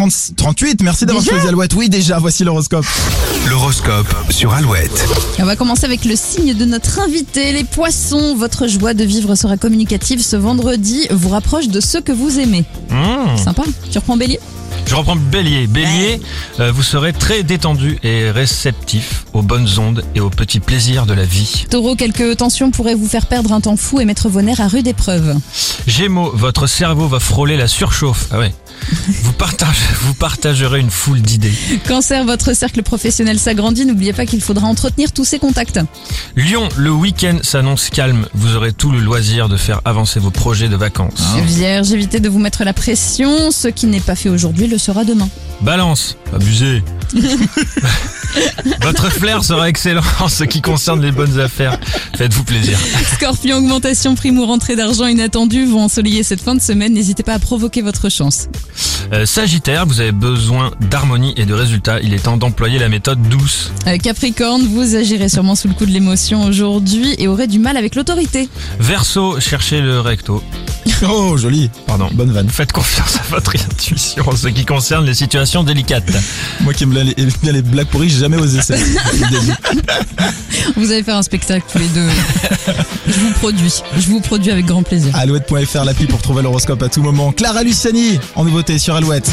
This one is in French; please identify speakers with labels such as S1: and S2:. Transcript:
S1: 30, 38. Merci d'avoir
S2: Déjà
S1: choisi Alouette. Oui, déjà, voici l'horoscope.
S3: L'horoscope sur Alouette.
S2: On va commencer avec le signe de notre invité, les poissons. Votre joie de vivre sera communicative ce vendredi, vous rapproche de ceux que vous aimez.
S4: Mmh.
S2: Sympa. Tu reprends Bélier
S4: Je reprends Bélier. Bélier, euh, vous serez très détendu et réceptif aux bonnes ondes et aux petits plaisirs de la vie.
S2: Taureau, quelques tensions pourraient vous faire perdre un temps fou et mettre vos nerfs à rude épreuve.
S4: Gémeaux, votre cerveau va frôler la surchauffe. Ah ouais. Vous, partage, vous partagerez une foule d'idées.
S2: Cancer, votre cercle professionnel s'agrandit, n'oubliez pas qu'il faudra entretenir tous ces contacts.
S4: Lyon, le week-end s'annonce calme. Vous aurez tout le loisir de faire avancer vos projets de vacances.
S2: Ah. Vierge, évitez de vous mettre la pression, ce qui n'est pas fait aujourd'hui le sera demain.
S4: Balance, abusé. Votre flair sera excellent en ce qui concerne les bonnes affaires. Faites-vous plaisir.
S2: Scorpion, augmentation prime ou rentrée d'argent inattendue vont ensoleiller cette fin de semaine, n'hésitez pas à provoquer votre chance.
S4: Euh, Sagittaire, vous avez besoin d'harmonie et de résultats. Il est temps d'employer la méthode douce.
S2: Euh, Capricorne, vous agirez sûrement sous le coup de l'émotion aujourd'hui et aurez du mal avec l'autorité.
S4: Verseau, cherchez le recto.
S1: Oh, joli.
S4: Pardon.
S1: Bonne vanne.
S4: Faites confiance à votre intuition en ce qui concerne les situations délicates.
S1: Moi qui aime bien les, aime bien les blagues pourries, j'ai jamais osé ça.
S2: Vous allez faire un spectacle tous les deux. Je vous produis. Je vous produis avec grand plaisir.
S1: Ah. Alouette.fr, l'appli pour trouver l'horoscope à tout moment. Clara Luciani, en nouveauté sur Alouette.